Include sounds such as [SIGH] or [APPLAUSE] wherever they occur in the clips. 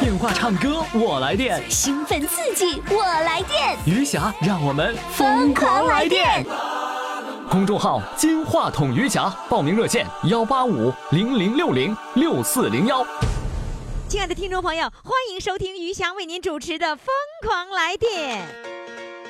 电话唱歌我来电，兴奋刺激，我来电，余霞让我们疯狂来电！公众号“金话筒余霞”，报名热线：幺八五零零六零六四零幺。亲爱的听众朋友，欢迎收听余霞为您主持的《疯狂来电》。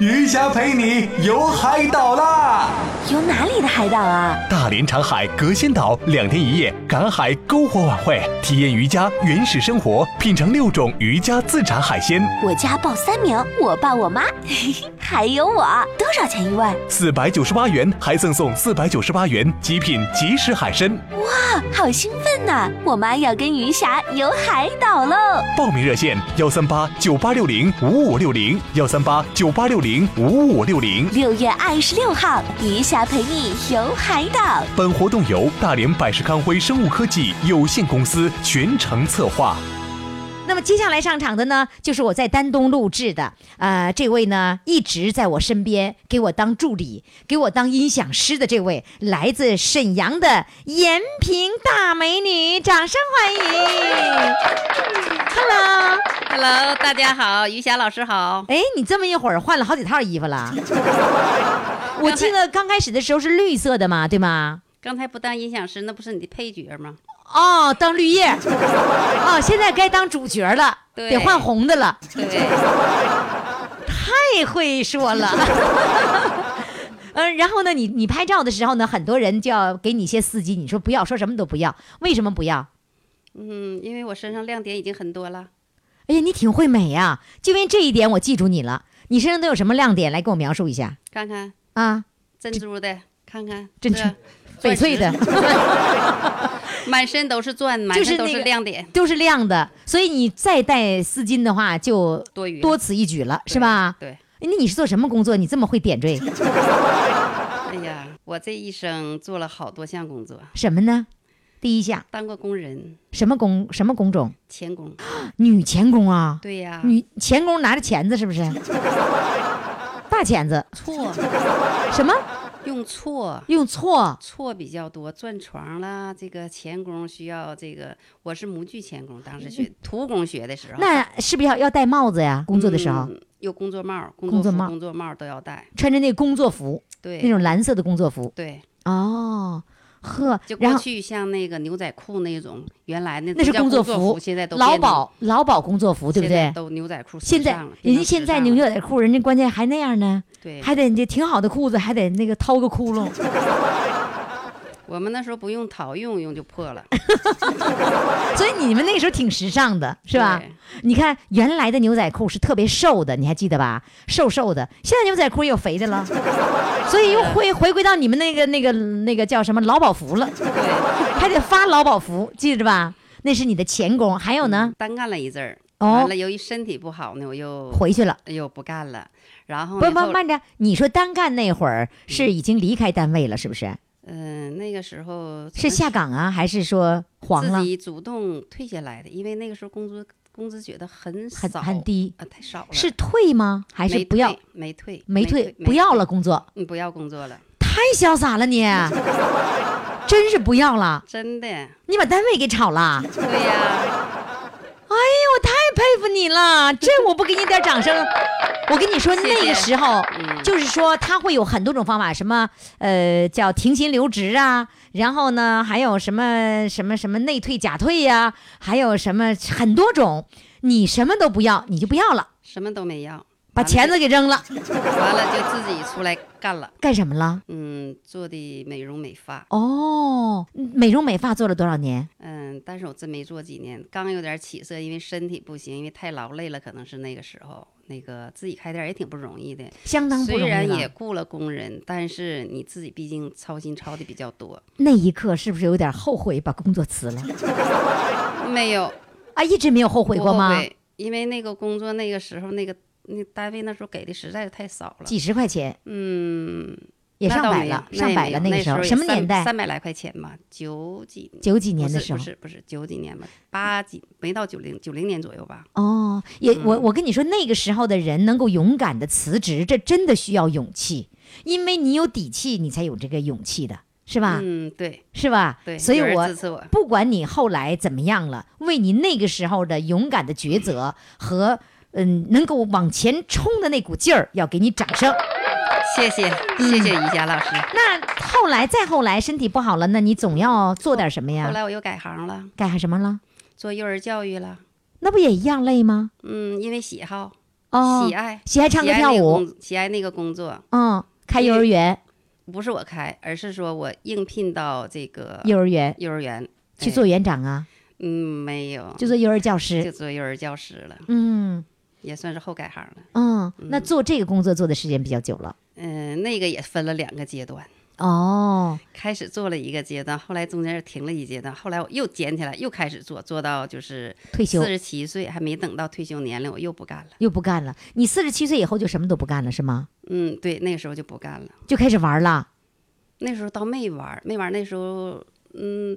余霞陪你游海岛啦！游哪里的海岛啊？”。大连长海隔仙岛两天一夜赶海篝火晚会，体验渔家原始生活，品尝六种渔家自产海鲜，我家报三名，我爸、我妈， [LAUGHS] 还有我。多少钱一位？四百九十八元还赠送四百九十八元极品即食海参。啊，好兴奋呐、我妈要跟余霞游海岛喽！报名热线：幺三八九八六零五五六零，幺三八九八六零五五六零。六月二十六号，余霞陪你游海岛。本活动由大连百世康辉生物科技有限公司全程策划。那么接下来上场的呢，就是我在丹东录制的，呃，这位呢一直在我身边，给我当助理，给我当音响师的这位，来自沈阳的延平大美女，掌声欢迎。Hello， Hello，大家好，余霞老师好。哎，你这么一会儿换了好几套衣服了。我记得刚开始的时候是绿色的嘛，对吗？刚才不当音响师，那不是你的配角吗？哦，当绿 [LAUGHS] 叶。哦，现在该当主角了，对得换红的了。对，太会 [LAUGHS] 说了。嗯，然后呢，你你拍照的时候呢，很多人就要给你一些司机，你说不要，说什么都不要，为什么不要？嗯，因为我身上亮点已经很多了。哎呀，你挺会美呀、就因为这一点我记住你了。你身上都有什么亮点？来给我描述一下看看啊！珍珠的，看看珍珠这翡翠的， [LAUGHS] 满身都是钻，满就是身都那是个亮点，都是亮的，所以你再戴丝巾的话就多余多此一举了，是吧？哎对，那你是做什么工作？你这么会点缀哎呀，我这一生做了好多项工作，什么呢？第一项当过工人，什么工什么工种？钳工。女钳工啊？对呀、 [LAUGHS] 女钳工拿着钳子是不是？大钳子错什么用错。用错？错比较多，钻床啦，这个钳工需要这个，我是模具钳工，当时学徒工学的时候，嗯那是不是要要戴帽子呀？工作的时候、嗯有工作帽、工工作作服帽工作帽都要戴。穿着那工作服，对，那种蓝色的工作服。对，哦，呵就，过然后去像那个牛仔裤那种，原来那那都是叫工工作服，服现在都劳变保劳保工作服对不现在对？都牛仔裤时现在尚了，变人家成现时在尚牛了仔裤，人家关键还那样呢，对，还得你这挺好的裤子，还得那个掏个 [LAUGHS] 窟窿。我们那时候不用淘，用用就破了，所以你们那时候挺时尚的，是吧对？你看原来的牛仔裤是特别瘦的，你还记得吧？瘦瘦的，现在牛仔裤也有肥的 [LAUGHS] 了，所以又回回归到你们那个那个那个叫什么劳保服了，对， [LAUGHS] 还得发劳保服，记着吧？那是你的钳工，还有呢，单干了一阵儿，哦完了由于身体不好呢，我又回去了。又不干了，然后不呢不，后慢着，你说单干那会儿是已经离开单位了，是不是？嗯，那个时候是下岗啊，还是说嗯黄自了？己主动退下来的，因为那个时候工资工资觉得很很少，很低啊，太少了，是退吗？还还是不要？没退没退退，，不要了，工作。你不要工作了，太潇洒了你，真是不要了，真的。你把单位给炒了，哎对呀、我太佩服你了，这我不给你点掌声。我跟你说，谢谢那个时候嗯就是说，他会有很多种方法，什么呃叫停薪留职啊，然后呢还有什么什么什么内退假退呀、还有什么很多种。你什么都不要，你就不要了，什么都没要，把钳子子给扔了，完了就自己出来干了。干什么了？嗯，做的美容美发，哦，美容美发做了多少年？嗯，但是我真没做几年，刚有点起色，因为身体不行，因为太劳累了，可能是那个时候，那个自己开店也挺不容易的。相当不容虽易然也了。雇了工人，但是你自己毕竟操心操的比较 [LAUGHS] 多。那一刻是不是有点后悔把工作辞 [LAUGHS] 了？没有啊，一直没有后悔不过后吗？悔，因为那个工作那个时候那个那单位那时候给的实在是太少了，几十块钱嗯，也那上倒百没有了，那上也百没了有那个那时候，什么年代？三百来块钱吧，九几九几不年的是时候不。是不是九几年吧，八几没到九零九零年左右吧。哦，也嗯我我跟你说，那个时候的人能够勇敢的辞职，这真的需要勇气，因为你有底气，你才有这个勇气的，是吧？嗯，对是吧？对，所以有人我支持我，不管你后来怎么样了，为你那个时候的勇敢的抉择和嗯能够往前冲的那股劲儿，要给你掌声。嗯谢谢谢谢宜家老师。那后来再后来身体不好了，那你总要做点什么后呀？来我又改行了，干什么了？做幼儿教育了。那不也一样累吗？嗯，因为喜好、哦喜，爱、喜爱唱歌喜跳那个舞，工，喜爱那个工作，嗯，开幼儿园，不是我开，而是说我应聘到这个幼儿园幼儿园去哎做园长啊。嗯，没有，就做幼儿教就师。做幼儿教师了，嗯也算是后改行了。嗯，那做这个工作做的时间比较久了。嗯，那个也分了两个阶段，哦，开始做了一个阶段，后来中间又停了一阶段，后来我又捡起来，又开始做，做到就是退休四十七岁，还没等到退休年龄，我又不干了。又不干了。你四十七岁以后就什么都不干了是吗？嗯，对，那个时候就不干了。就开始玩了。那时候倒没玩儿，没玩儿。那时候，嗯，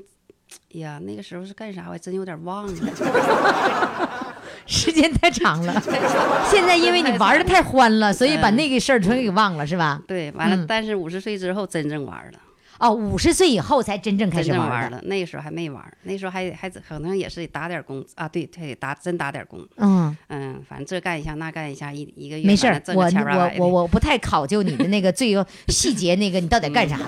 哎呀，那个时候是干啥？我还真有点忘了。 [LAUGHS] 时间太长了，现在因为你玩的太欢了，所以把那个事儿全给忘了，是吧？对，完了。嗯但是五十岁之后真正玩儿了，哦，五十岁以后才真正开真始正玩玩儿的。了。那个时候还没玩儿，那时候还还可能也是得打点工啊。对，还得打真打点工。嗯，嗯，反正这干一下，那干一下，一一个月没事反儿正，挣我个千八我百的。我我不太考究你的那个最后细节，那个你到底干啥 [LAUGHS] 了？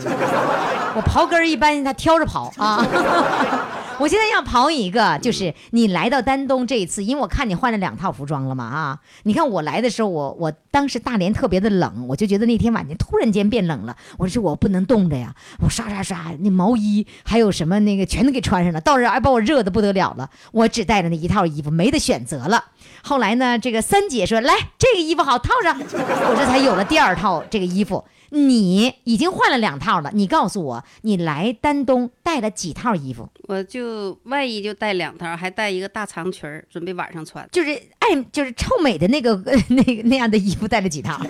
我刨根儿一般他挑着刨啊。我现在要刨一个，就是你来到丹东这一次，因为我看你换了两套服装了嘛啊！你看我来的时候，我我当时大连特别的冷，我就觉得那天晚上突然间变冷了，我说我不能冻着呀，我刷刷刷那毛衣还有什么那个全都给穿上了，到时候哎把我热的不得了了，我只带着那一套衣服，没得选择了。后来呢，这个三姐说：“来，这个衣服好套上。” [LAUGHS] 我这才有了第二套这个衣服。你已经换了两套了，你告诉我，你来丹东带了几套衣服？我就外衣就带两套，还带一个大长裙儿，准备晚上穿。就是爱就是臭美的那个呃那个那样的衣服带了几套？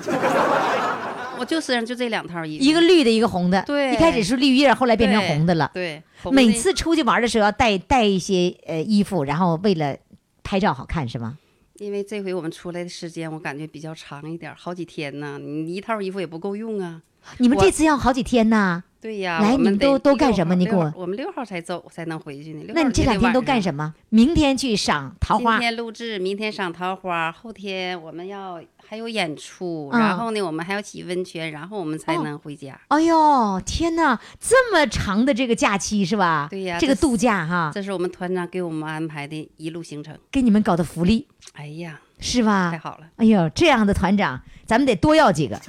我就身上就这两套衣服，一个绿的，一个红的。对一开始是绿叶，后来变成对红的了。对，红每的次出去玩的时候要带带一些呃衣服，然后为了拍照好看是吗？因为这回我们出来的时间我感觉比较长一点儿，好几天呢，你一套衣服也不够用啊。你们我这次要好几天呐？对呀，来我你们得都都六干号什么你给六我号我们六号才走才能回去呢。那你这两天都干么？什么？明天去赏桃今花。天录制，明天赏桃花，后天我们要还有演出，嗯然后呢，我们还要洗温泉，然后我们才能回家。哎呦，天哪！这么长的这个假期是吧？对呀这个这是度假哈，这是我们团长给我们安排的一路行程。给你们搞的福利哎呀，是太吧？好了，哎呦，这样的团长，咱们得多要几个，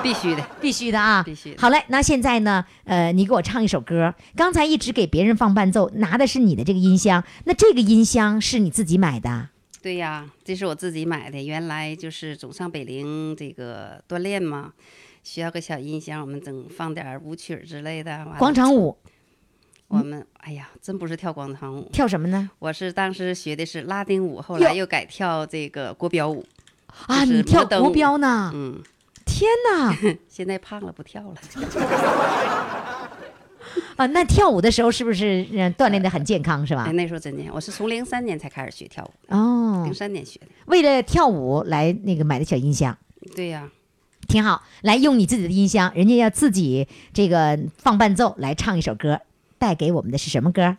必须的。 [LAUGHS] 必须的啊！必须的好嘞，那现在呢？呃，你给我唱一首歌。刚才一直给别人放伴奏，拿的是你的这个音箱，那这个音箱是你自己买的啊？对呀，这是我自己买的，原来就是总上北陵这个锻炼嘛，需要个小音箱，我们整放点儿舞曲儿之类的。完了广，场舞我们哎呀，真不是跳广场舞，跳什么呢？我是当时学的是拉丁舞，后来又改跳这个国标舞。啊，就是你跳摩登国舞 [LAUGHS] 标呢？嗯，天哪！现在胖了不跳了， [LAUGHS] 啊，那跳舞的时候是不是呃锻炼的很健康是吧哎，？那时候真健，我是从零三年才开始学跳舞，啊哦零，三年学的。为了跳舞来那个买的小音箱，对呀，挺好。来用你自己的音箱，人家要自己这个放伴奏来唱一首歌，带给我们的是什么歌？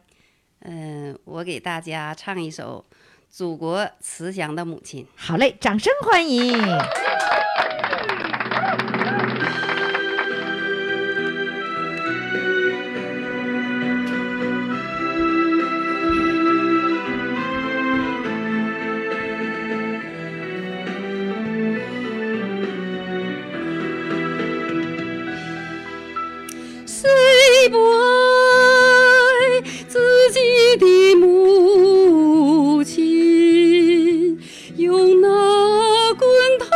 嗯，我给大家唱一首《祖国慈祥的母亲》。好嘞，掌声欢迎！谁不爱自己的母亲？用那滚烫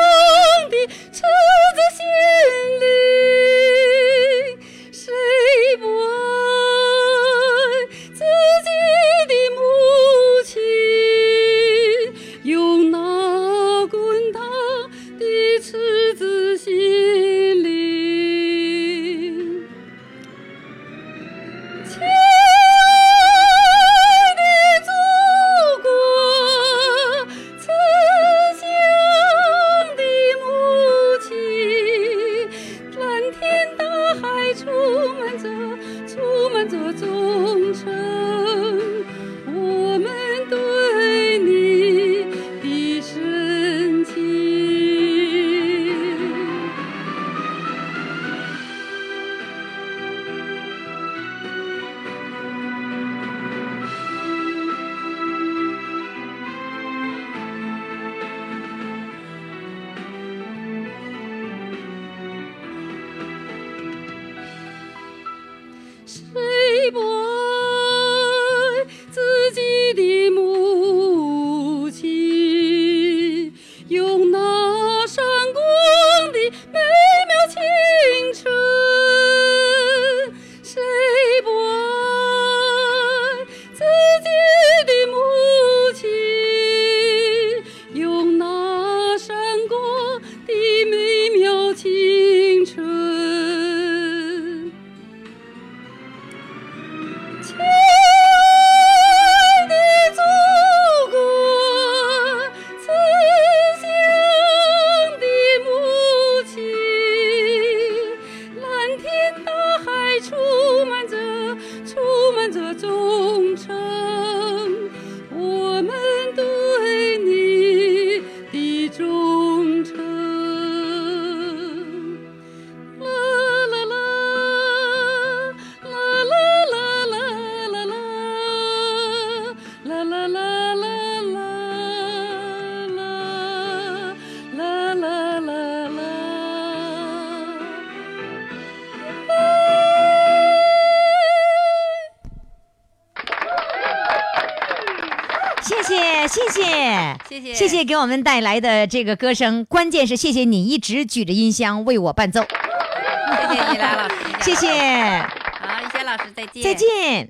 谢谢，谢谢谢谢给我们带来的这个歌声，关键是谢谢你一直举着音箱为我伴奏，谢谢依兰老师，谢谢，好，依兰老师再见，再见。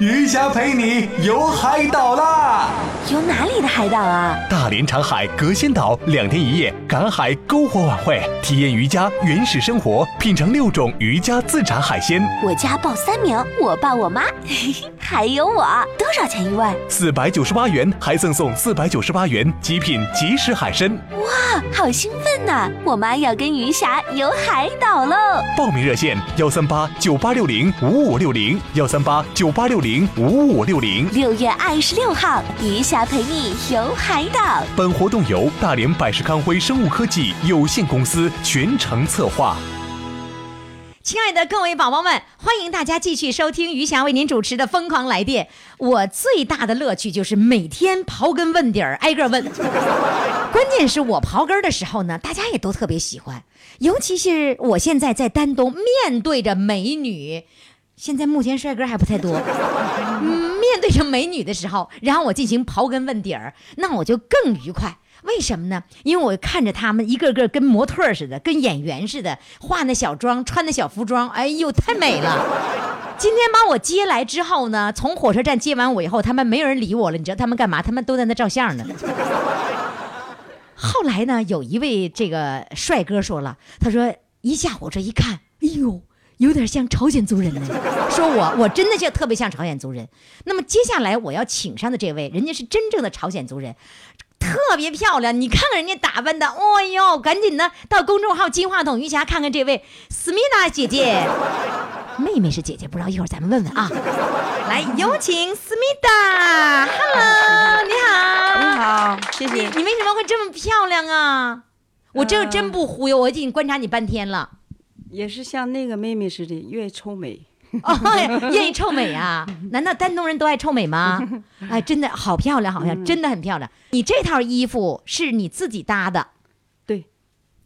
余霞陪你游海岛啦！”。有哪里的海岛啊？大连长海隔仙岛两天一夜赶海篝火晚会，体验渔家原始生活，品尝六种渔家自产海鲜，我家报三名，我爸、我妈， [LAUGHS] 嘿嘿，还有我。多少钱一位？四百九十八元还赠送四百九十八元极品即食海参。啊，好兴奋呐、我妈要跟余霞游海岛喽！报名热线：幺三八九八六零五五六零，幺三八九八六零五五六零。六月二十六号，余霞陪你游海岛。本活动由大连百世康辉生物科技有限公司全程策划。亲爱的各位宝宝们，欢迎大家继续收听余霞为您主持的《疯狂来电》。我最大的乐趣就是每天刨根问底儿，挨个 [LAUGHS] 问。关键是我刨根儿的时候呢，大家也都特别喜欢，尤其是我现在在丹东面对着美女，现在目前帅哥还不太多。嗯，面对着美女的时候，然后我进行刨根问底儿，那我就更愉快。为什么呢？因为我看着他们一个个跟模特儿似的，跟演员似的，化那小妆，穿那小服装，哎呦，太美了！今天把我接来之后呢，从火车站接完我以后，他们没有人理我了。你知道他们干嘛？他们都在那照相呢。后来呢，有一位这个帅哥说了，他说一下火车一看，哎呦，有点像朝鲜族人呢。 [LAUGHS] 说我我真的像特别像朝鲜族人。那么接下来我要请上的这位，人家是真正的朝鲜族人。特别漂亮，你看看人家打扮的，哦呦，赶紧的到公众号“金话筒余霞”看看这位思密达姐姐， [LAUGHS] 妹妹是姐姐，不知道一会儿咱们问问啊。来，有请思密达，Hello，你 [LAUGHS] 好，你好，谢你谢。你为什么会这么漂亮啊？我这真不忽悠，我已经观察你半天了。也是像那个妹妹似的，越臭美。 [LAUGHS] 哦，愿意臭美啊？ [LAUGHS] 难道丹东人都爱臭美 [LAUGHS] 吗？哎，真的好漂亮，好像真的很漂亮。你这套衣服是你自己搭的，对，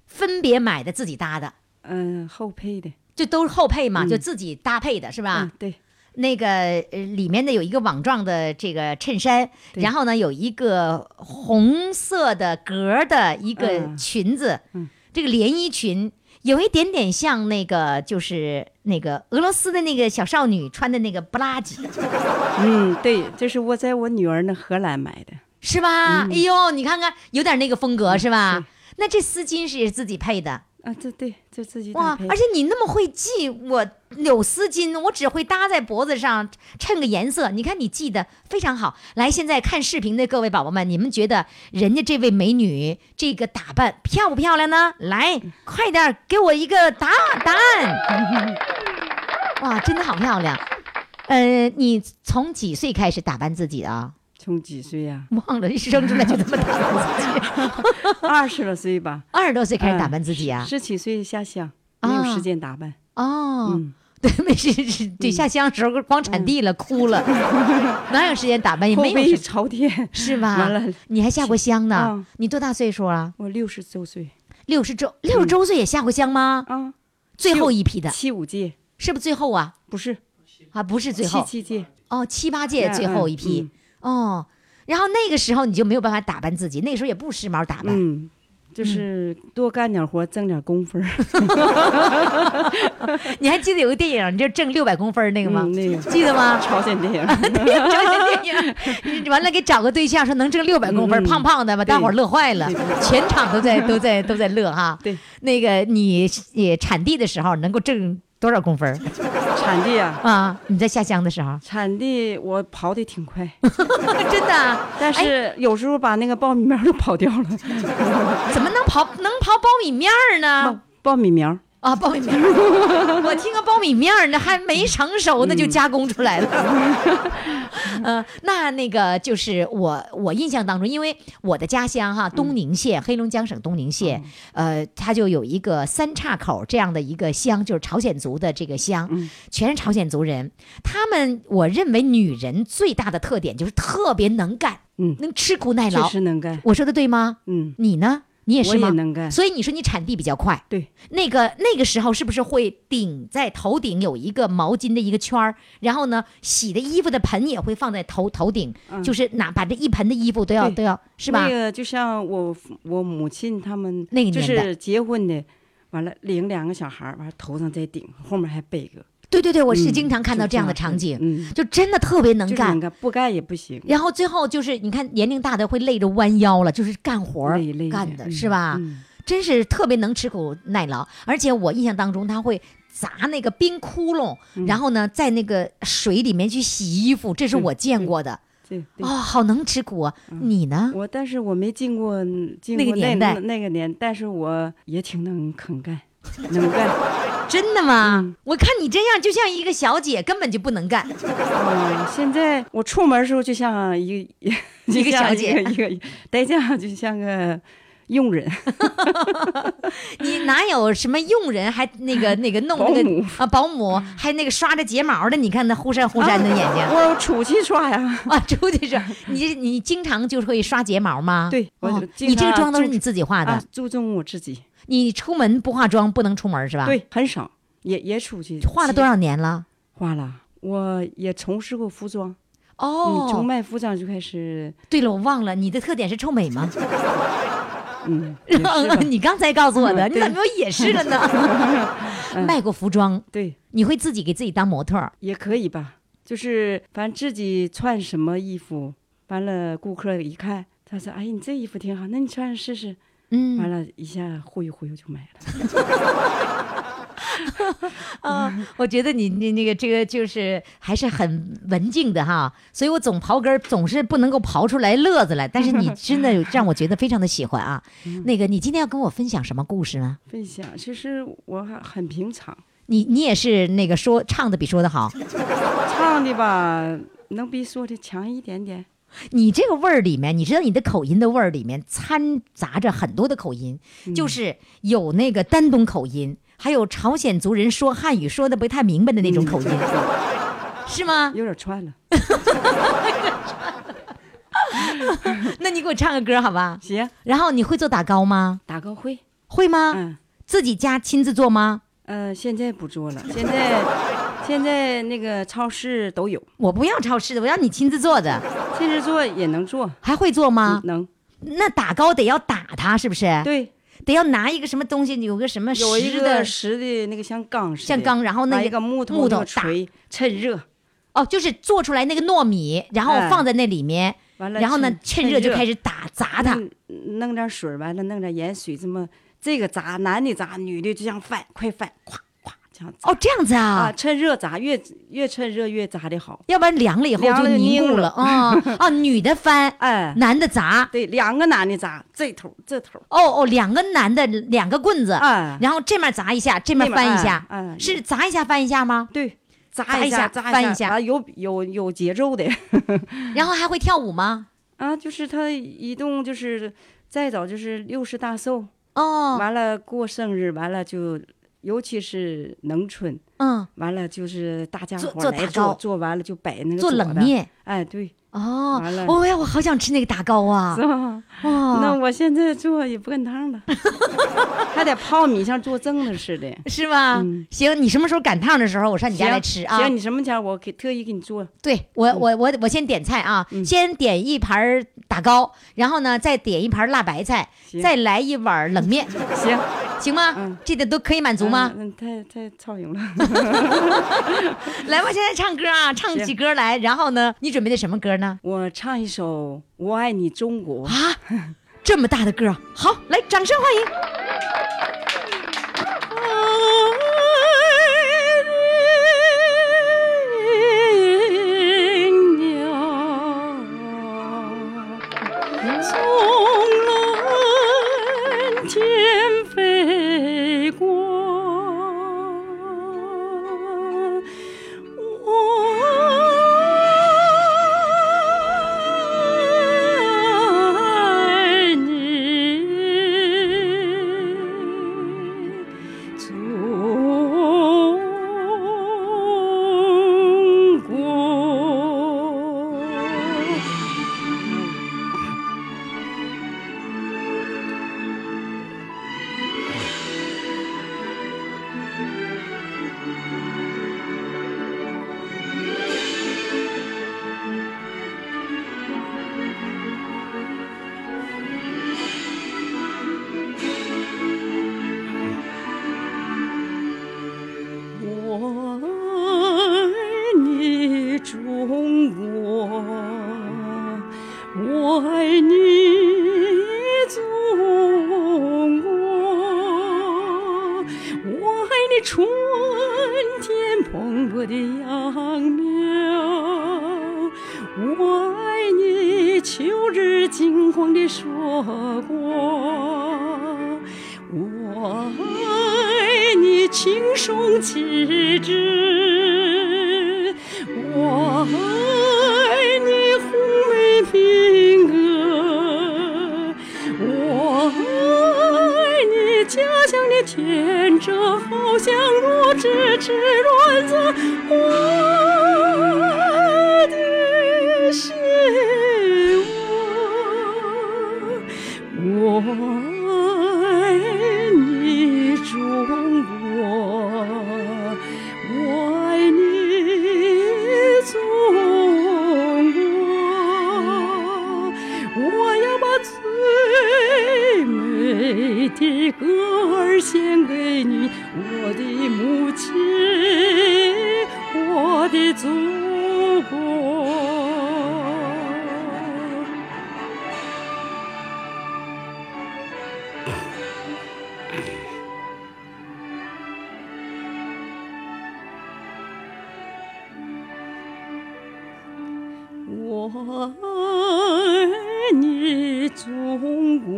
分别买的，自己搭的， [LAUGHS] 嗯，后配的。这都是后配嘛，就自己搭配的是吧？嗯，对，那个呃里面的有一个网状的这个衬衫，对然后呢有一个红色的格儿的一个嗯裙子，嗯这个连衣裙有一点点像那个就是那个俄罗斯的那个小少女穿的那个布拉吉， [LAUGHS] 嗯，对，这是我在我女儿那荷兰买的。嗯是吧？哎呦，你看看有点那个风格是吧对？那这丝巾是自己配的啊，这对，这自己搭哇配！而且你那么会系，我有丝巾，我只会搭在脖子上衬个颜色。你看你系的非常好。来，现在看视频的各位宝宝们，你们觉得人家这位美女这个打扮漂不漂亮呢？来，嗯快点儿给我一个答答案！ [LAUGHS] 哇，真的好漂亮。呃，你从几岁开始打扮自己的啊？？从几岁呀忘了生出来就这么打扮自己。二 [LAUGHS] 十多岁吧， [LAUGHS] 二十多岁开始打扮自己啊？嗯十几岁下乡，啊没有时间打扮。哦，嗯，对， [LAUGHS] 没事，是对，下乡的时候光铲地了，哭了， [LAUGHS] 哪有时间打扮？也后没有背时朝天。是吧？完了，你还下过乡呢啊？你多大岁数啊？我六十周岁六十周，六十周岁也下过乡吗？啊，最后一批的，七五届是不是最后啊？不是啊，不是最七后，七嗯届，哦，七八届最后一批，哦。然后那个时候你就没有办法打扮自己，那个时候也不时髦打扮，嗯嗯，就是多干点活，挣点工分儿。你还记得有个电影就挣六百公分那个吗？嗯那个 [LAUGHS] 记得吗？ [LAUGHS] 朝鲜电影， [LAUGHS] [LAUGHS] 朝鲜电影，完了给找个对象说能挣六百公分，嗯胖胖的，把大伙儿乐坏了对对，全场都在都在都在乐哈。对，那个你也产地的时候能够挣多少公分产地啊，啊？你在下乡的时候，产地我刨的挺快， [LAUGHS] 真的啊？ [LAUGHS] 但是有时候把那个 [LAUGHS] 苞米苗都刨掉了，怎么能刨能刨苞米面儿呢？苞米苗啊，苞米面儿， [LAUGHS] 我听个苞米面儿，那还没成熟呢就加工出来了。嗯 [LAUGHS] 呃，那那个就是我我印象当中，因为我的家乡哈嗯东宁县，黑龙江省东宁县，呃，它就有一个三岔口这样的一个乡，就是朝鲜族的这个乡，嗯全是朝鲜族人。他们我认为女人最大的特点就是特别能干，嗯能吃苦耐确劳实。能干，我说的对吗？嗯，你呢？你也我是吗？也能干，所以你说你产地比较快，对，那个那个时候是不是会顶在头顶有一个毛巾的一个圈儿，然后呢，洗的衣服的盆也会放在头头顶，嗯就是哪把这一盆的衣服都要对都要是吧那？个就像我父我母亲他们那个就年代是结婚的，完了领两个小孩儿，完了头上再顶，后面还背个，对对对，我是嗯经常看到就这样的是场景，嗯，就真的特别能就是干能。干，不干也不行。然后最后就是，你看年龄大的会累着弯腰了，就是干活儿累累干的的是吧？嗯真是特别能吃苦耐劳，而且我印象当中他会砸那个冰窟窿，然后呢，在那个水里面去洗衣服，这是嗯对我见过的。对对 [LAUGHS] 嗯哦，，好能吃苦啊！你呢？我但是我没进过进那过个年代那那个年，但是我也挺能肯干，能干。真的吗？嗯我看你这样就像一个小姐，根本就不 [LAUGHS] 能干。嗯，现在我出门的时候就像一个 [LAUGHS] 就一个像小姐哦一个一个待嫁就像个佣人，你哪有什么佣人，还 [LAUGHS] 那个那个弄保那个姆啊保姆，还那个刷着睫毛的，你看那 [LAUGHS] 忽闪忽闪的眼睛。啊我出去刷呀。 [LAUGHS] 啊，出去是，你你经常就会刷睫毛吗？对我哦就经你这个常妆都是就你自己化的啊，，注重我自己，你出门不化妆不能出门是吧？，对，很少，也也出去。化了多？少年了？花了，我也从事过服装，嗯，从哦，卖服装就开始，对了，我忘了，你的特点是臭美吗？ [LAUGHS] [LAUGHS] 嗯，也是吧你刚才告诉我的，嗯你怎么又也 [LAUGHS] 是了呢？卖过服装，对，你会自己给自己当模特儿，也可以吧，就是反正自己穿什么衣服，完了顾客一看，他说：“哎，你这衣服挺好，那你穿上试试。”完嗯了，一下忽悠忽悠就买了。啊，我觉得你你那个这个就是还是很文静的哈，所以我总刨根儿总是不能够刨出来乐子来，但是你真的让我觉得非常的喜欢啊。那个，你今天要跟我分享什么故事呢？分享，其实我还很平常，你你也是那个说唱的比说的好，唱的吧能比说的强一点点。你这个味儿里面，你知道你的口音的味儿里面掺杂着很多的口音，就是有那个丹东口音，还有朝鲜族人说汉语说的不太明白的那种口音，是吗？有点串了。 [LAUGHS] 那你给我唱个歌好吧？行，然后你会做打糕吗？打个会。会吗？嗯，自己家亲自做吗？呃，现在不做 [LAUGHS] 了，现在现在那个超市都有，我不要超市的，我要你亲自做的，亲自做也能做，嗯还会做吗？能那打糕得要打它，是不是？对。得要拿一个什么东西，有个什么有一石个的，石的那个像钢似的，像钢然后那拿个一个木头木头那个锤趁热，哦，就是做出来那个糯米，然后哎放在那里面。完了然后呢，趁趁热热就开始打砸它。弄弄点水，完了弄点盐水，这么这个砸，男的砸，女的就像饭，快饭，咵咵这样砸哦，这样子啊，啊，趁热砸，越越趁热越砸的好，要不然凉了以后凉就了就凝固硬了了啊啊！女的翻， [LAUGHS] 哎，男的砸。对，两个男的砸，这头这头，哦哦，两个男的两个棍子，哎，然后这面砸一下，这面这面翻一下，哎哎是砸一下翻一下吗？对。砸砸一下砸翻一一下啊有有有节奏 [LAUGHS] 的然后还会跳舞吗？啊，就是他一动就是，再早就是六十大寿，哦，完了过生日，完了就，尤其是农村，嗯，完了就是大家做伙做儿来打糕做，做完了就摆那个做做冷的，面。哎，对，哦完了，哦呀，我好想吃那个打糕啊！是吧？ [LAUGHS] 那哇，我现在做也不跟汤了，还得泡米像做蒸的似的。 [LAUGHS] 是吧嗯？行，你什么时候赶趟的时候，我上你家行来吃啊。行，你什么家我给特意给你做，对我，嗯我我我先点菜啊，先点一盘儿打糕，然后呢再点一盘儿辣白菜，行再来一碗儿冷面，行，行吗？嗯这个都可以满足吗？嗯，太太操心了。 [LAUGHS] 来吧，现在唱歌啊，唱行起歌来。然后呢，你准备的什么歌呢？我唱一首《我爱你中国》。啊，这么大的歌，好，来，掌声欢迎。从蓝天飞过，秧苗，我爱你，秋日惊慌地说过。我爱你轻松气质，我爱你红梅品格，我爱你家乡的甜蔗好香如枝枝软子，我的心窝。我爱你中国，我爱你祖国，我要把最美的歌儿献给你，我的母亲，我的祖国。我爱你中国，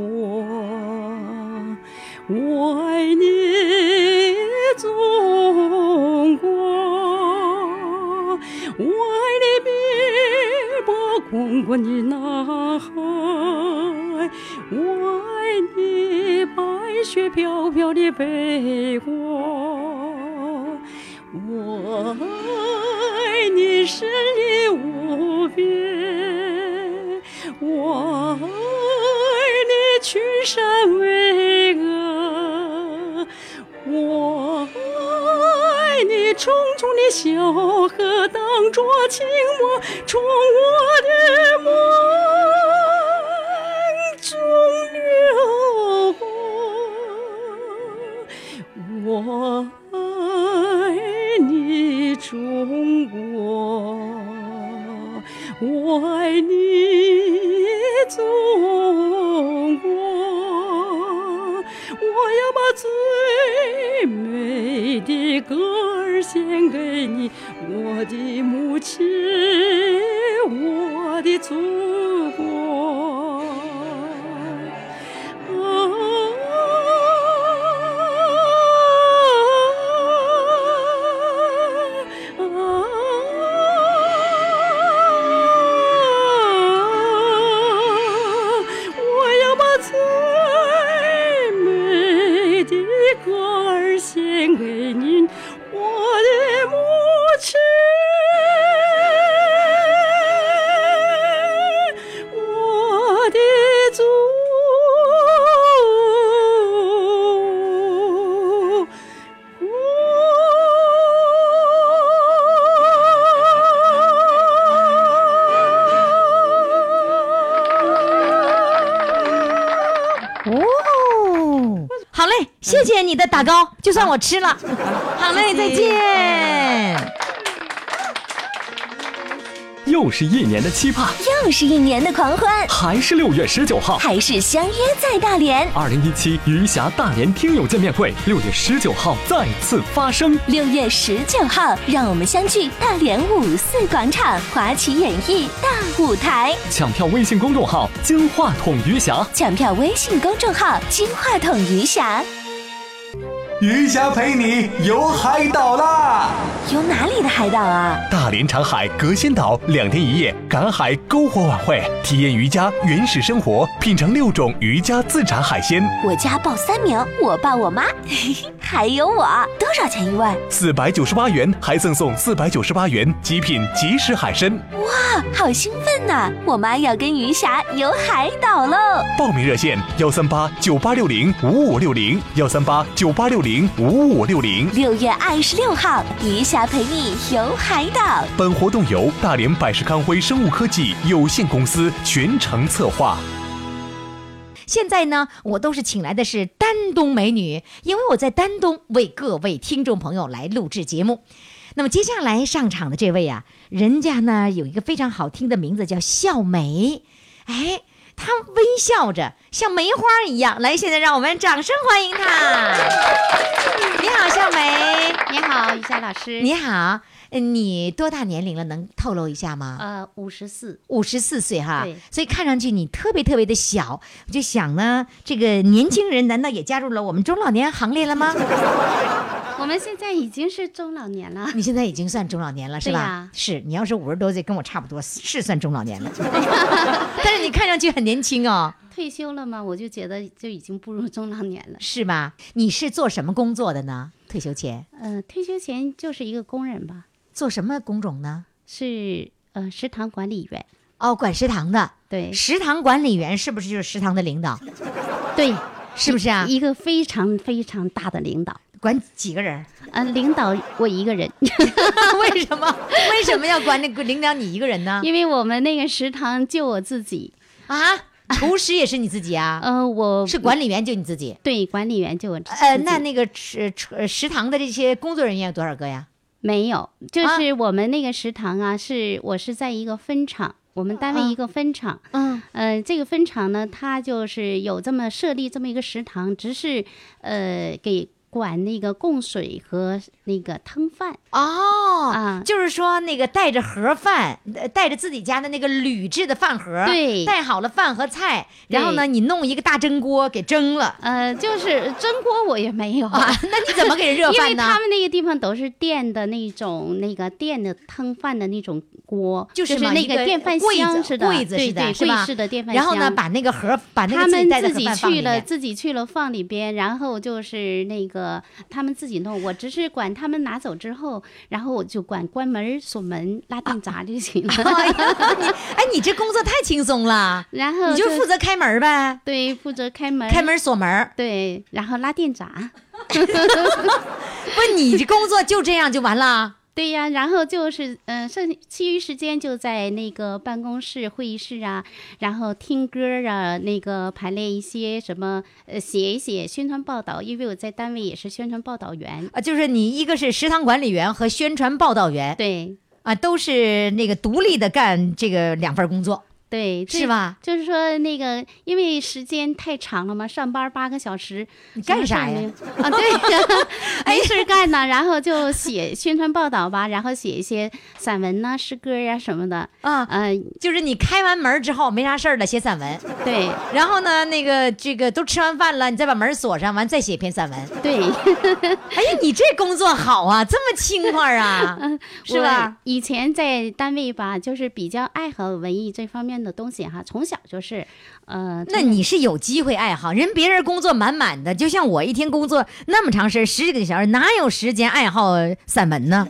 我爱你中国，我爱你碧波滚滚的南海，我爱你白雪飘飘的北国。我爱你深里无边，我爱你群山巍峨，我爱你重重的小河当作情墨，冲我的梦中流过。我爱你中国，我爱你中国，我要把最美的歌儿献给你，我的母亲，我的祖国。啊我要把最美的歌儿献给您，我的母亲，我的祖国。哦，好嘞，谢谢你的打高，就算我吃了。嗯好嘞，再见。又是一年的期盼，又是一年的狂欢，还是六月十九号。还是相约在大连。二零一七余霞大连听友见面会，六月十九号再次发生。六月十九号，让我们相聚大连五四广场华旗演艺大舞台。抢票微信公众号“金话筒余霞抢票微信公众号“金话筒余霞余霞陪你游海岛啦！”。有哪里的海岛啊？大连长海隔仙岛两天一夜赶海篝火晚会，体验渔家原始生活，品尝六种渔家自产海鲜，我家报三名，我爸、我妈， [LAUGHS] 还有我。多少钱一位？四百九十八元还赠送四百九十八元极品即食海参。啊，好兴奋呐、我妈要跟余霞游海岛喽！报名热线：幺三八九八六零五五六零，幺三八九八六零五五六零。六月二十六号，余霞陪你游海岛。本活动由大连百世康辉生物科技有限公司全程策划。现在呢，我都是请来的是丹东美女，因为我在丹东为各位听众朋友来录制节目。那么接下来上场的这位啊，人家呢有一个非常好听的名字叫笑梅，哎，她微笑着像梅花一样。来，现在让我们掌声欢迎她。你好，笑梅。你好，于霞老师你好，你多大年龄了？能透露一下吗？呃，五十四，五十四岁哈对，所以看上去你特别特别的小，我就想呢，这个年轻人难道也加入了我们中老年行列了吗？ [LAUGHS] 我们现在已经是中老年了。你现在已经算中老年了是吧？对呀是你要是五十多岁跟我差不多，是算中老年 [LAUGHS] 了，但是你看上去很年轻哦，退休了嘛，我就觉得就已经步入中老年了。是吧？你是做什么工作的呢？退休前嗯、退休前就是一个工人吧，做什么工种呢？是呃食堂管理员。哦，管食堂的，对食堂管理员是不是就是食堂的领导？ [LAUGHS] 对，是不是啊？一个非常非常大的领导，管几个人？呃，领导我一个人， [LAUGHS] 为什么？为什么要管那个领导你一个人呢？ [LAUGHS] 因为我们那个食堂就我自己，啊，厨师也是你自己啊？ [LAUGHS] 呃，我是管理员就你自己？对管理员就我自己。呃，那那个食食食堂的这些工作人员有多少个呀？没有，就啊是我们那个食堂啊，是我是在一个分厂，我们单位啊一个分厂，嗯，呃，这个分厂呢，它就是有这么设立这么一个食堂，只是呃给管那个供水和那个汤饭哦，啊，就是说那个带着盒饭，呃带着自己家的那个铝制的饭盒，对带好了饭和菜，然后呢，你弄一个大蒸锅给蒸了呃，就是蒸锅我也没有啊啊。？那你怎么给人热 [LAUGHS] 因为饭呢他？们那个地方都是电的那种，那个电的汤饭的那种锅，就就是嘛那一个电饭柜箱子似的，柜子对似的对，是吧柜式的电饭箱。然后呢，把那个盒，把那他个自们己带的自盒己饭放去里了，面。自己去了放里边，然后就是那个他们自己弄，我只是管他们拿走之后，然后我就管关门、锁门、拉电闸就行了。哎呀啊 [LAUGHS] 哎，你这工作太轻松了，然后你就负责开门呗，对负责开门，开门锁门。哎对，然后拉电闸，不是你这工作就这样就完了？对呀，然后就是嗯、呃剩其余时间就在那个办公室、会议室啊，然后听歌啊，那个排练一些什么，呃，写一写宣传报道，因为我在单位也是宣传报道员， [LAUGHS] 啊，就是你一个是食堂管理员和宣传报道员，对。啊，都是那个独立的干这个两份工作，对，这是吧？就是说那个，因为时间太长了嘛，上班八个小时，你干啥什呀么？事儿没有？啊，对， [LAUGHS] 没事儿干呢，然后就写宣传报道吧，然后写一些散文呐、诗歌呀、什么的。啊，嗯、就是你开完门之后没啥事儿了，写散文，对然后呢，那个这个都吃完饭了，你再把门锁上，完再写一篇散文。 [LAUGHS] 对，哎呀，你这工作好啊，这么轻快 [LAUGHS] 啊，是吧？？嗯以前在单位吧，就是比较爱好文艺这方面的东西哈，从小就是，呃，那你是有机会爱好，人别人工作满满的，就像我一天工作那么长时间，十几个小时，哪有时间爱好散文呢？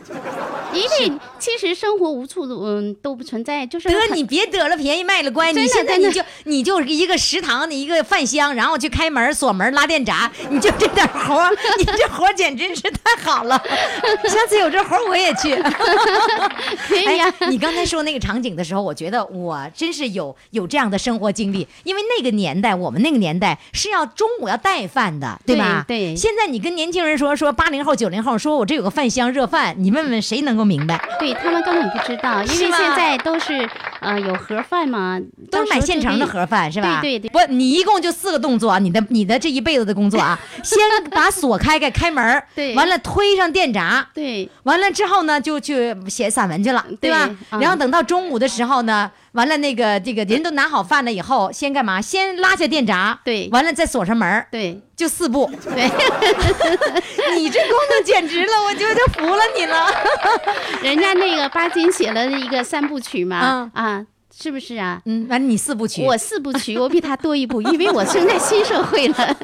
因为其实生活无处嗯都不存在，就是很得你别得了便宜卖了乖，真的你现在真的你就你就是一个食堂的一个饭箱，然后去开门锁门拉电闸，你就这点活儿，你这活儿简直是太好 [LAUGHS] 了。下次有这活儿我也去。可以啊呀、哎，你刚才说那个场景的时候，我觉得我真是有有这样的生活经历，因为那个年代，我们那个年代是要中午要带饭的，吧？对对现在你跟年轻人说说八零后九零后，说我这有个饭箱热饭，你问问谁能够明白？对他们根本不知道，因为是现吧在都是呃有盒饭嘛，都是买现成的盒。盒饭是吧？对对对不，你一共就四个动作，你的你的这一辈子的工作 [LAUGHS] 啊，先把锁开开，开门儿对完了推上电闸，对完了之后呢，就去写散文去了，对吧？嗯然后等到中午的时候呢，完了那个这个人都拿好饭了以后，先干嘛？先拉下电闸，对完了再锁上门儿对就四步。 [LAUGHS] 对， [LAUGHS] 你这工作简直了，我觉得服了你了。 [LAUGHS] 人家那个巴金写了一个三部曲嘛，啊，是不是啊？嗯，完了你四部曲，我四部曲，我比他多一步，因为我生在新社会了。 [LAUGHS]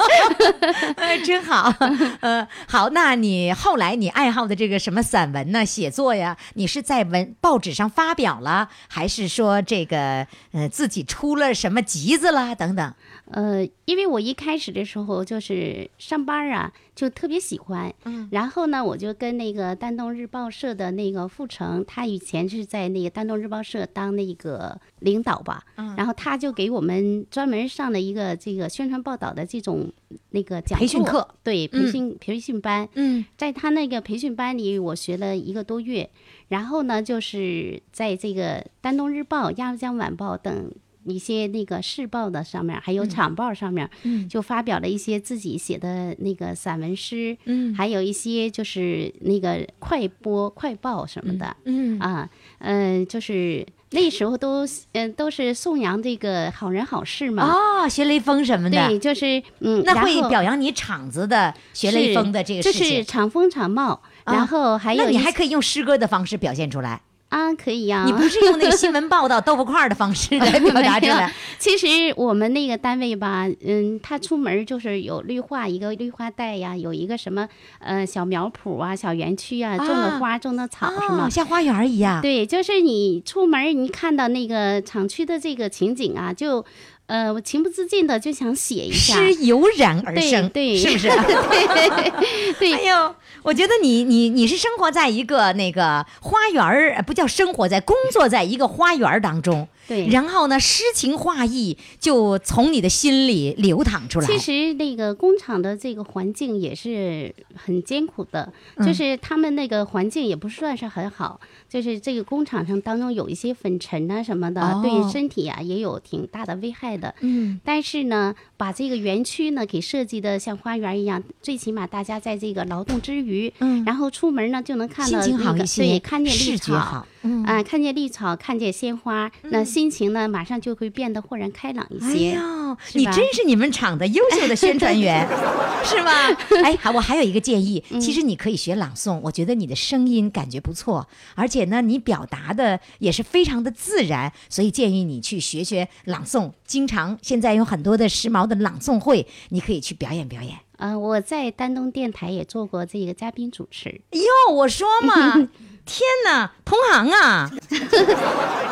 哎，真 [LAUGHS] 好。呃，好，那你后来你爱好的这个什么散文呢、写作呀，你是在文报纸上发表了，还是说这个呃自己出了什么集子啦等等？呃，因为我一开始的时候就是上班啊，就特别喜欢。嗯，然后呢，我就跟那个丹东日报社的那个傅成，他以前是在那个丹东日报社当那个领导吧。嗯，然后他就给我们专门上了一个这个宣传报道的这种那个讲培训座课，对，培训、培训班。嗯，在他那个培训班里，我学了一个多月，然后呢，就是在这个丹东日报、鸭绿江晚报等一些那个市报的上面，还有场报上面，嗯就发表了一些自己写的那个散文诗，嗯还有一些就是那个快播、快报什么的，嗯啊，嗯、就是那时候都嗯、都是颂扬这个好人好事嘛，哦，学雷锋什么对，的，就是嗯，那然会后表扬你场子的学雷锋的这个就事情。是场风场貌，啊然后还有那你还一可以用诗歌的方式表现出来，啊，可以呀、你不是用 [LAUGHS] 那个新闻报道 [LAUGHS] 豆腐块儿的方式来表达 [LAUGHS] 出来。其实我们那个单位吧，嗯，他出门就是有绿化，一个绿化带呀，有一个什么呃小苗圃啊、小园区啊，种啊的花、种的草什么哦，。像花园儿一样。对，就是你出门，你看到那个厂区的这个情景啊，就，呃，我情不自禁的就想写一下。诗油然而对生，对是不 [LAUGHS] 是？ [LAUGHS] 对哎呦，我觉得你你你是生活在一个那个花园儿，呃不叫生活在，工作在一个花园儿当中。对然后呢，诗情画意就从你的心里流淌出来。其实那个工厂的这个环境也是很艰苦的，嗯就是他们那个环境也不算是很好，就是这个工厂上当中有一些粉尘啊什么的，哦对身体啊也有挺大的危害的。嗯，但是呢，把这个园区呢给设计的像花园一样，最起码大家在这个劳动之余，嗯然后出门呢就能看到、心情那个、好一些，对，看见绿视觉草好。，嗯啊、看见绿草，看见鲜花，那心情呢，马上就会变得豁然开朗一哎些。呦，是你吧真是你们厂的优秀的宣传 [LAUGHS] 员，是吧？哎，好，我还有一个建议，其实你可以学朗诵，我觉得你的声音感觉不错，而且呢，你表达的也是非常的自然，所以建议你去学学朗诵。经常现在有很多的时髦的朗诵会，你可以去表演表演。嗯、我在丹东电台也做过这个嘉宾主持。哟，我说 [LAUGHS] 嘛，天哪，同行啊！ [LAUGHS]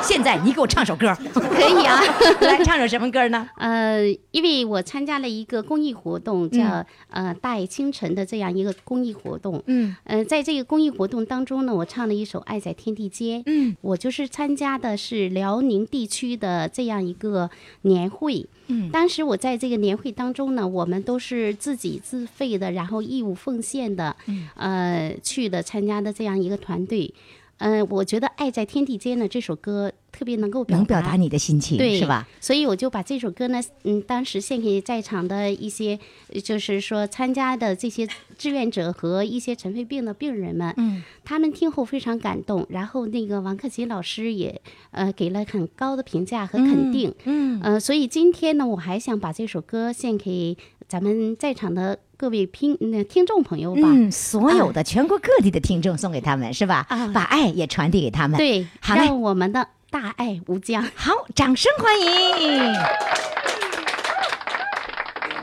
现在你给我唱首歌，可以啊， [LAUGHS] 来唱首什么歌呢？呃，因为我参加了一个公益活动，嗯叫、呃“大爱清晨”的这样一个公益活动。嗯呃，在这个公益活动当中呢，我唱了一首《爱在天地间》。嗯，我就是参加的是辽宁地区的这样一个年会。嗯，当时我在这个年会当中呢，我们都是自己自费的，然后义务奉献的，嗯呃，去的参加的这样一个团队。嗯、我觉得《爱在天地间》呢这首歌特别能够能表达你的心情对，是吧？？所以我就把这首歌呢，嗯，当时献给在场的一些，呃就是说参加的这些志愿者和一些尘肺病的病人们，嗯，他们听后非常感动，然后那个王克勤老师也呃给了很高的评价和肯定，嗯，呃，所以今天呢，我还想把这首歌献给咱们在场的各位听那听众朋友吧，嗯，所有的全国各地的听众送给他们，是吧？啊把爱也传递给他们。，对，好嘞让我们的大爱无疆。好，掌声欢迎。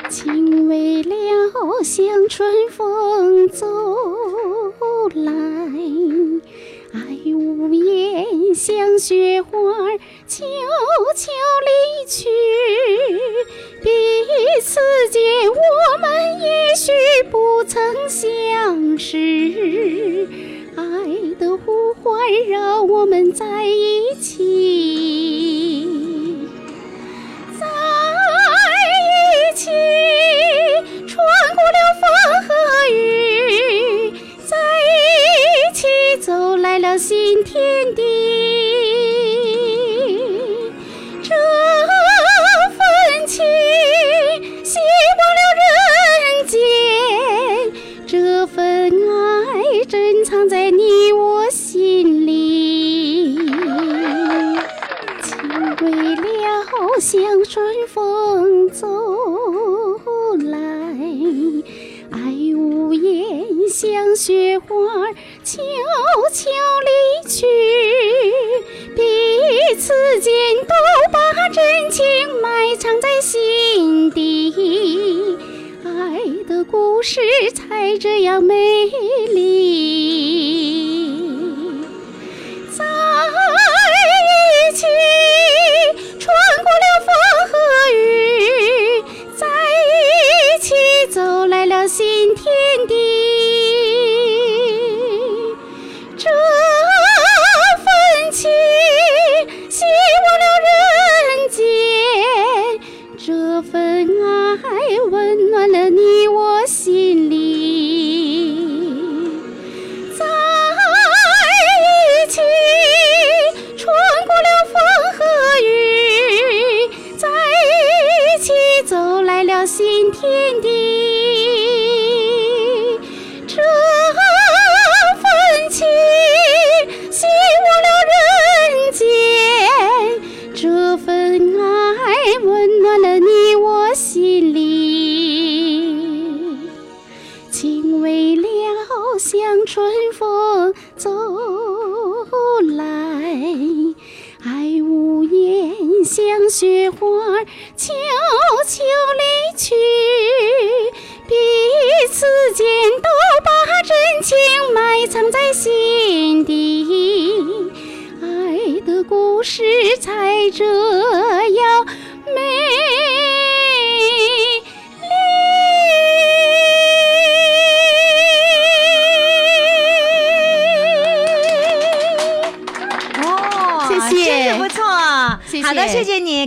情未了，像春风走来；爱无言，像雪花儿悄悄离去。彼此间，我们也许不曾相识，爱的呼唤让我们在一起。在一起，穿过了风和雨，在一起走来了新天地。这份情洗不了人间，这份爱珍藏在你我心里。情未了，像春风走来；爱无言，像雪花儿悄悄离去。彼此间都把真情埋藏在心底，爱的故事才这样美丽。在一起，穿过了风和雨，在一起走来了新天地。这份情洗不了人间，这份爱温暖了你我心里。在雪花儿悄悄离去，彼此间都把真情埋藏在心底，爱的故事才这样美丽。哦，谢谢真是不错。谢谢好的，谢谢你，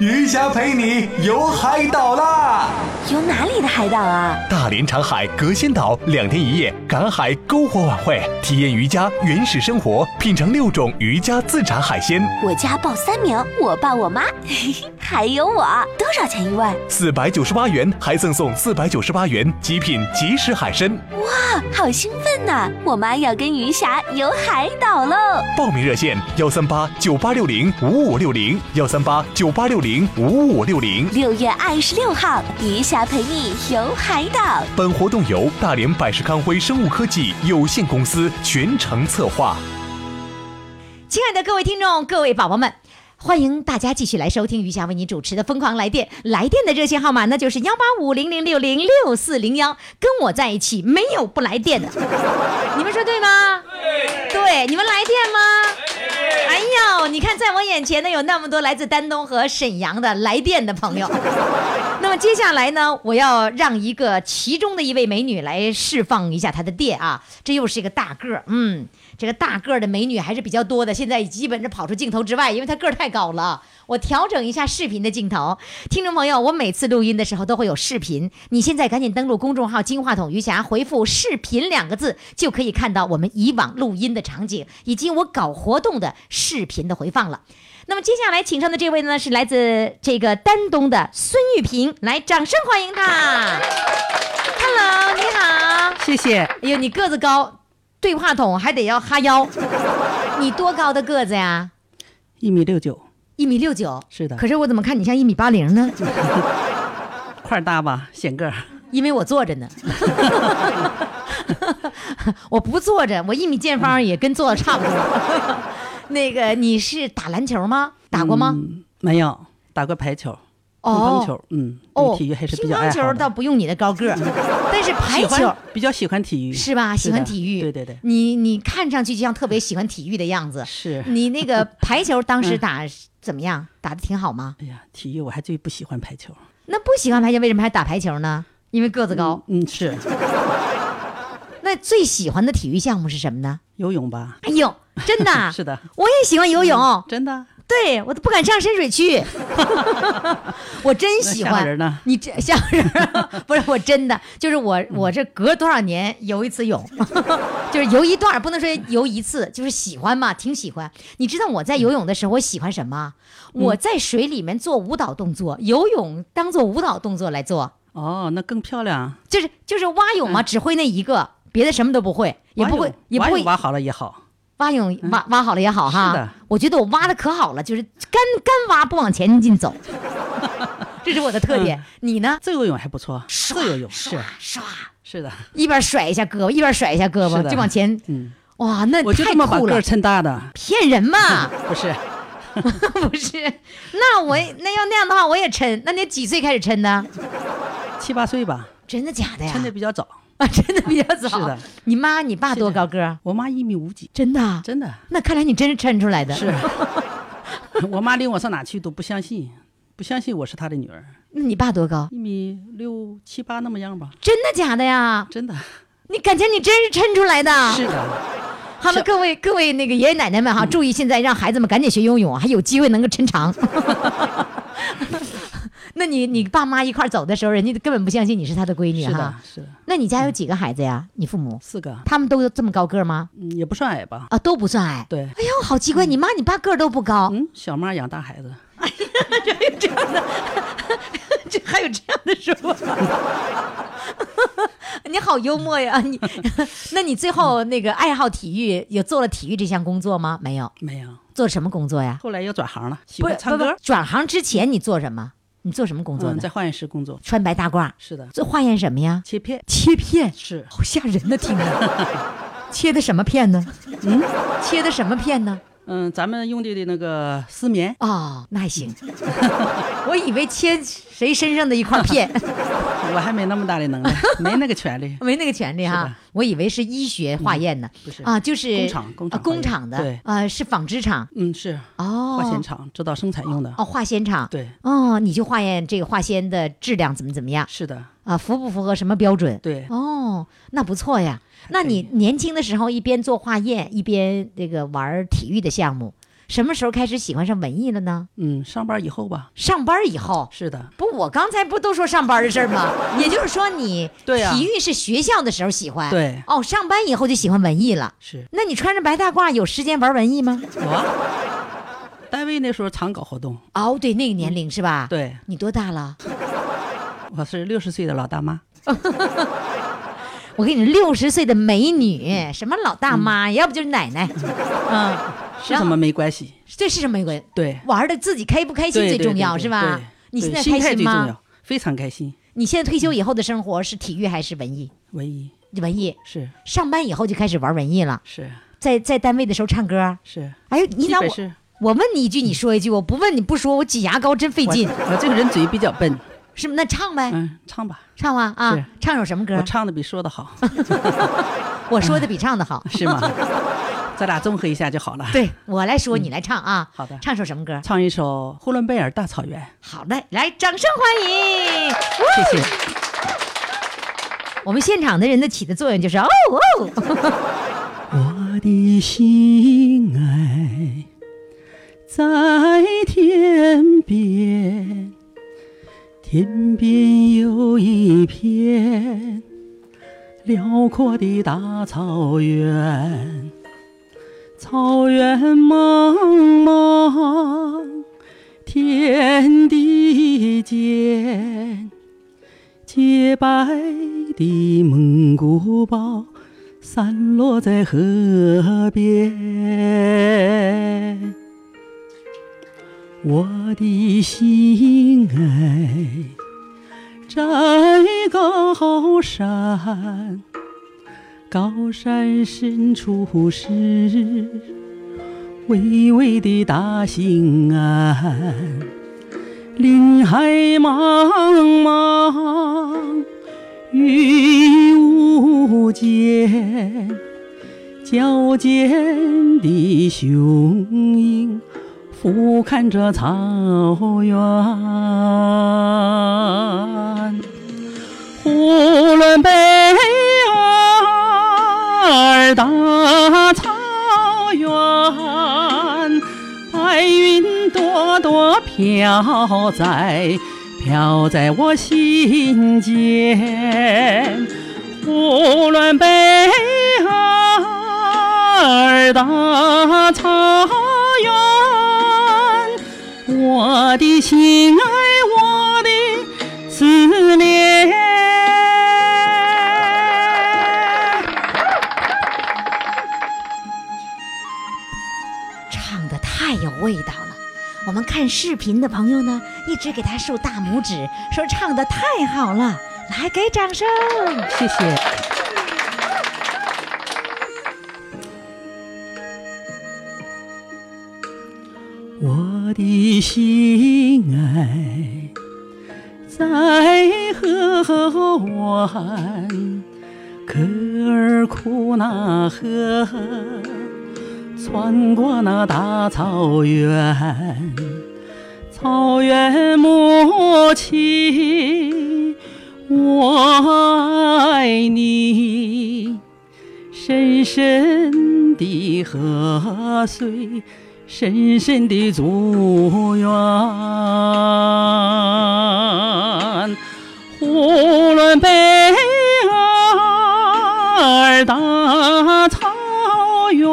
余霞陪你游海岛啦！”。游哪里的海岛啊？大连长海隔仙岛两天一夜赶海篝火晚会，体验渔家原始生活，品尝六种渔家自产海鲜，我家报三名，我爸、我妈， [LAUGHS] 嘿嘿，还有我。多少钱一位？四百九十八元还赠送四百九十八元极品即食海参。啊，好兴奋呐、我妈要跟余霞游海岛喽！报名热线：幺三八九八六零五五六零，幺三八九八六零五五六零。六月二十六号，余霞陪你游海岛。本活动由大连百世康辉生物科技有限公司全程策划。亲爱的各位听众，各位宝宝们。欢迎大家继续来收听余霞为你主持的《疯狂来电》，来电的热线号码呢就是幺八五零零六零六四零幺，跟我在一起没有不来电的， [LAUGHS] 你们说对吗？对，你们来电吗？哎呦，你看在我眼前呢有那么多来自丹东和沈阳的来电的朋友，那么接下来呢，我要让一个其中的一位美女来释放一下她的电啊，这又是一个大个儿，嗯，这个大个儿的美女还是比较多的，现在基本是跑出镜头之外，因为她个儿太高了。我调整一下视频的镜头，听众朋友，我每次录音的时候都会有视频，你现在赶紧登录公众号“金话筒余霞”，回复“视频”两个字，就可以看到我们以往录音的场景，以及我搞活动的视频的回放了。那么接下来请上的这位呢，是来自这个丹东的孙玉萍，来，掌声欢迎她。Hello，你好。谢谢。哎呦，你个子高，对话筒还得要哈腰。你多高的个子呀？一米六九，一米六九。是的可是我怎么看你像一米八零呢？ [LAUGHS] 块儿大吧，显个儿。因为我坐着呢。我不坐着，我一米见方也跟坐的差不多。 [LAUGHS] 那个，你是打篮球吗？打过吗？嗯？没有，打过排球、乒哦乓球，嗯，哦，对体育还是比乒较爱乓球好倒的。不用你的高个儿， [LAUGHS] 但是排喜球欢比较喜欢体育，是吧？喜的欢体育，对对对你你看上去就像特别喜欢体育的样子。是。你那个排球当时打怎么 [LAUGHS] 样？打的挺好吗？哎呀，体育我还最不喜欢排球。那不喜欢排球，为什么还打排球呢？因为个子高。嗯，是 [LAUGHS] 那最喜欢的体育项目是什么呢？游泳吧？，哎呦，真的啊是的，我也喜欢游泳，嗯真的。对我都不敢上深水 [LAUGHS] 区，我真喜那吓欢。人呢你这吓人儿， [LAUGHS] 不是我真的，就是我我这隔多少年游一次 [LAUGHS] 泳，就是游一段儿，不能说游一次，就是喜欢嘛，挺喜欢。你知道我在游泳的时候，我喜欢什么？嗯我在水里面做舞蹈动作，游泳当做舞蹈动作来做，哦，那更漂亮。嗯就是就是蛙泳嘛，只会那一个，别的什么都不会，也不蛙会泳也不蛙会泳挖好了也好。蛙泳挖挖好了也好哈，嗯是的我觉得我挖的可好了，就是干干挖不往前进 [LAUGHS] 走，这是我的特点。你呢？自由嗯泳还不错，自由泳是唰，是的，一边甩一下胳膊，一边甩一下胳是膊，的就往前。嗯，哇，那我就太这么把酷个了儿！撑大的，骗人嘛， [LAUGHS] [LAUGHS] 不是不是？ [LAUGHS] 那我那要那样的话，我也抻。那你几岁开始抻的？七八岁吧，真的假的呀？撑的比较早。啊，真的比较早。是的，你妈你爸多高个儿？啊我妈一米五几，真的啊？真的。那看来你真是抻出来的。是， [LAUGHS] 我妈领我上哪去都不相信，不相信我是她的女儿，那你爸多高？一米六七八那么样吧，真的假的呀？真的你感情你真是抻出来的。是的，好了，是嗯各位各位那个爷爷奶奶们哈，注意现在让孩子们赶紧学游泳，还有机会能够抻 [LAUGHS] 长。那你你爸妈一块儿走的时候，人家根本不相信你是他的闺女是的哈。，是的，那你家有几个孩子呀？你父母四个，他们都这么高个儿吗？嗯，也不算矮吧，啊，都不算矮。对，嗯哎呦，好奇怪，你妈你爸个儿都不高。嗯，小妈养大孩子，这样的， [LAUGHS] 这还有这样的说法？ [LAUGHS] 你好幽默呀！你， [LAUGHS] 那你最后那个爱好体育，有做了体育这项工作吗？没有，没有。做什么工作呀？后来又转行了，喜不欢是，唱不歌是，转行之前你做什么？你做什么工作嗯，呢在？化验室工作。穿白大褂。是的，这化验什么呀？切片切片，是好吓人的听着。 [LAUGHS] 切的什么片呢？嗯，切的什么片呢？嗯，咱们用的的那个丝棉，哦，那还 [LAUGHS] 行。我以为切谁身上的一块片， [LAUGHS] 我还没那么大的能 [LAUGHS] 耐，没那个权利。没那个权利是哈的。嗯我以为是医学化验呢，不是啊，就是工厂工厂啊工厂的，化验啊，是纺织厂嗯，是哦，化纤厂制造生产用的。哦，化纤厂对，哦，你就化验这个化纤的质量怎么怎么样是的，啊，符不符合什么标准？对哦，那不错呀。那可你以年轻的时候一边做化验一边这个玩体育的项目，什么时候开始喜欢上文艺了呢？嗯，上班以后吧。上班以后。是的，不，我刚才不都说上班的事儿吗？也就是说，你 [LAUGHS] 对啊体育是学校的时候喜欢，对哦，上班以后就喜欢文艺了。是那你穿着白大褂有时间玩文艺吗？我。单位那时候常搞活动，嗯哦，对，那个年龄是吧？，对你多大了？ [LAUGHS] 我是六十岁的老大妈， [LAUGHS] 我跟你六十岁的美女，什么老大妈，要不就是奶奶，嗯， [LAUGHS] 是什么没关系。这是什么鬼？对，玩的自己开不开心对最对重要对是吧对？你现对在心开态心最重吗？要，非常开心。你现在退休以后的生活是体育还是文艺？文艺文艺，是上班以后就开始玩文艺了，是在在单位的时候唱歌。是，哎呦，你基咋本我是我问你一句，你说一句，我不问你不说，我挤牙膏真费我劲，我这个人嘴比较笨，是吗？那唱呗，嗯，唱吧，唱吧是啊，唱首什么我歌？唱的比说的好， [LAUGHS] 我说的比唱的好。是吗？咱俩综合一下就好了。，对我来说，你来唱啊。好的唱首什么歌？唱一首《呼伦贝尔大草原好嘞，来，掌声欢迎！》，谢谢。我们现场的人的起的作用就是哦哦，我的心爱在天边，天边有一片辽阔的大草原，草原茫茫，天地间，洁白的蒙古包。散落在河边。我的心爱在高山，高山深处是巍巍的大兴安，林海茫茫。雨无间，矫健的雄鹰俯瞰着草原。呼伦贝尔大草原，白云朵朵飘在飘在我心间。呼伦贝尔大草原，我的心爱，我的思念。唱的太有味道了。我们看视频的朋友呢，一直给他竖大拇指，说唱的太好了，来给掌声。谢谢。我的心爱在河湾，可尔库纳河穿过那大草原，草原母亲，我爱你。深深的河水，深深的竹园，呼伦贝尔大草原，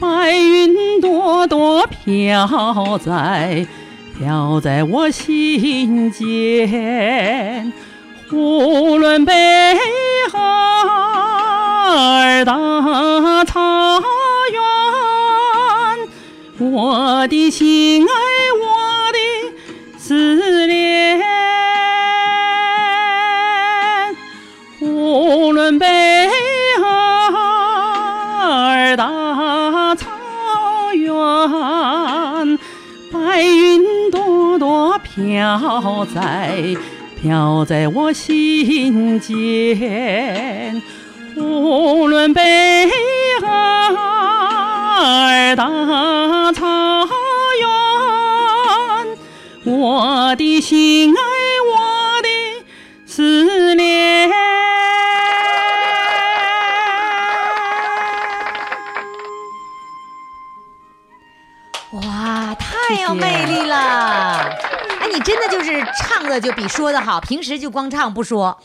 白云朵朵飘。飘在飘在我心间，无论北海大草原，我的心爱，我的思念。无论北海大草原，白云朵朵飘在飘在我心间。无论北海大草原，我的心爱，我的思念。哇，太有魅力了！哎，你真的就是唱的就比说的好，平时就光唱不说，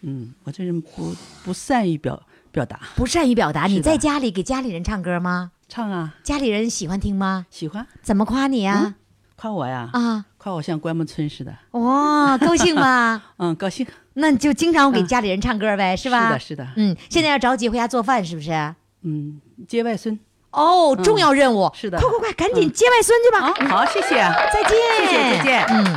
嗯，我这人不不善于表表达，不善于表达。是你的在家里给家里人唱歌吗？唱啊，家里人喜欢听吗？喜欢怎么夸你啊？夸我呀，啊，夸我像关牧村似的，嗯哇，高兴 [LAUGHS] 吗？ [LAUGHS] 嗯，高兴，那你就经常给家里人唱歌呗，嗯是吧？的，是的，嗯，现在要着急回家做饭，是不是？嗯，接外孙，嗯哦，重要任务，是的快快快，赶紧接外孙去吧！好，好，谢谢，再见，谢谢，再见。嗯。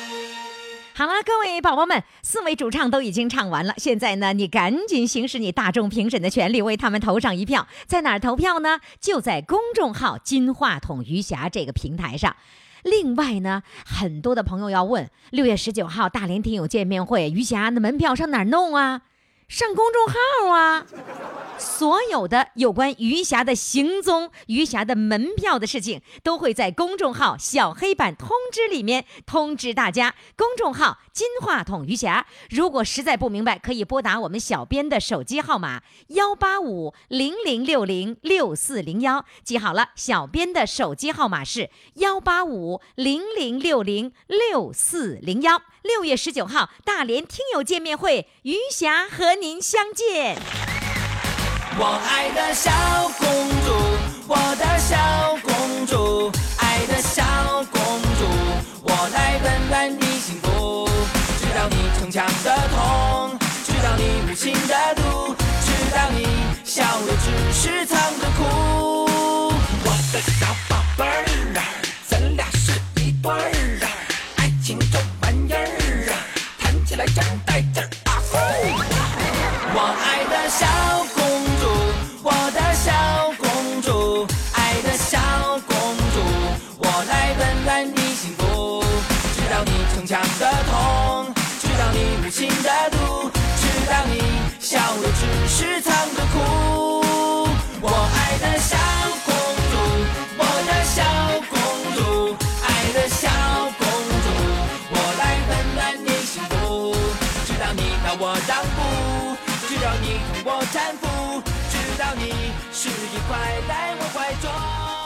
好了，各位宝宝们，四位主唱都已经唱完了，现在呢，你赶紧行使你大众评审的权利，为他们投上一票。在哪儿投票呢？就在公众号“金话筒余霞”这个平台上。另外呢，很多的朋友要问，六月十九号大连听友见面会，余霞那门票上哪儿弄啊？上公众号啊。所有的有关余霞的行踪、余霞的门票的事情，都会在公众号“小黑板通知”里面通知大家。公众号“金话筒余霞”，如果实在不明白，可以拨打我们小编的手机号码幺八五零零六零六四零幺。记好了，小编的手机号码是幺八五零零六零六四零幺。六月十九号，大连听友见面会，余霞和您相见。我爱的小公主，我的小公主，爱的小公主，我来温暖你幸福。知道你逞强的痛，知道你无情的毒，知道你笑的只是藏着哭。我的小宝贝儿啊，咱俩是一对儿啊，爱情这玩意儿啊，谈起来真带劲儿啊呼！我爱的小公主，我的小公主，爱的小公主，我来温暖你幸福。知道你逞强的痛，知道你无情的毒，知道你笑的只是藏着哭。我爱的小公主，我的小公主，爱的小公主，我来温暖你幸福。知道你让我让步，知道你同我搀扶，知道你是一块在我怀中。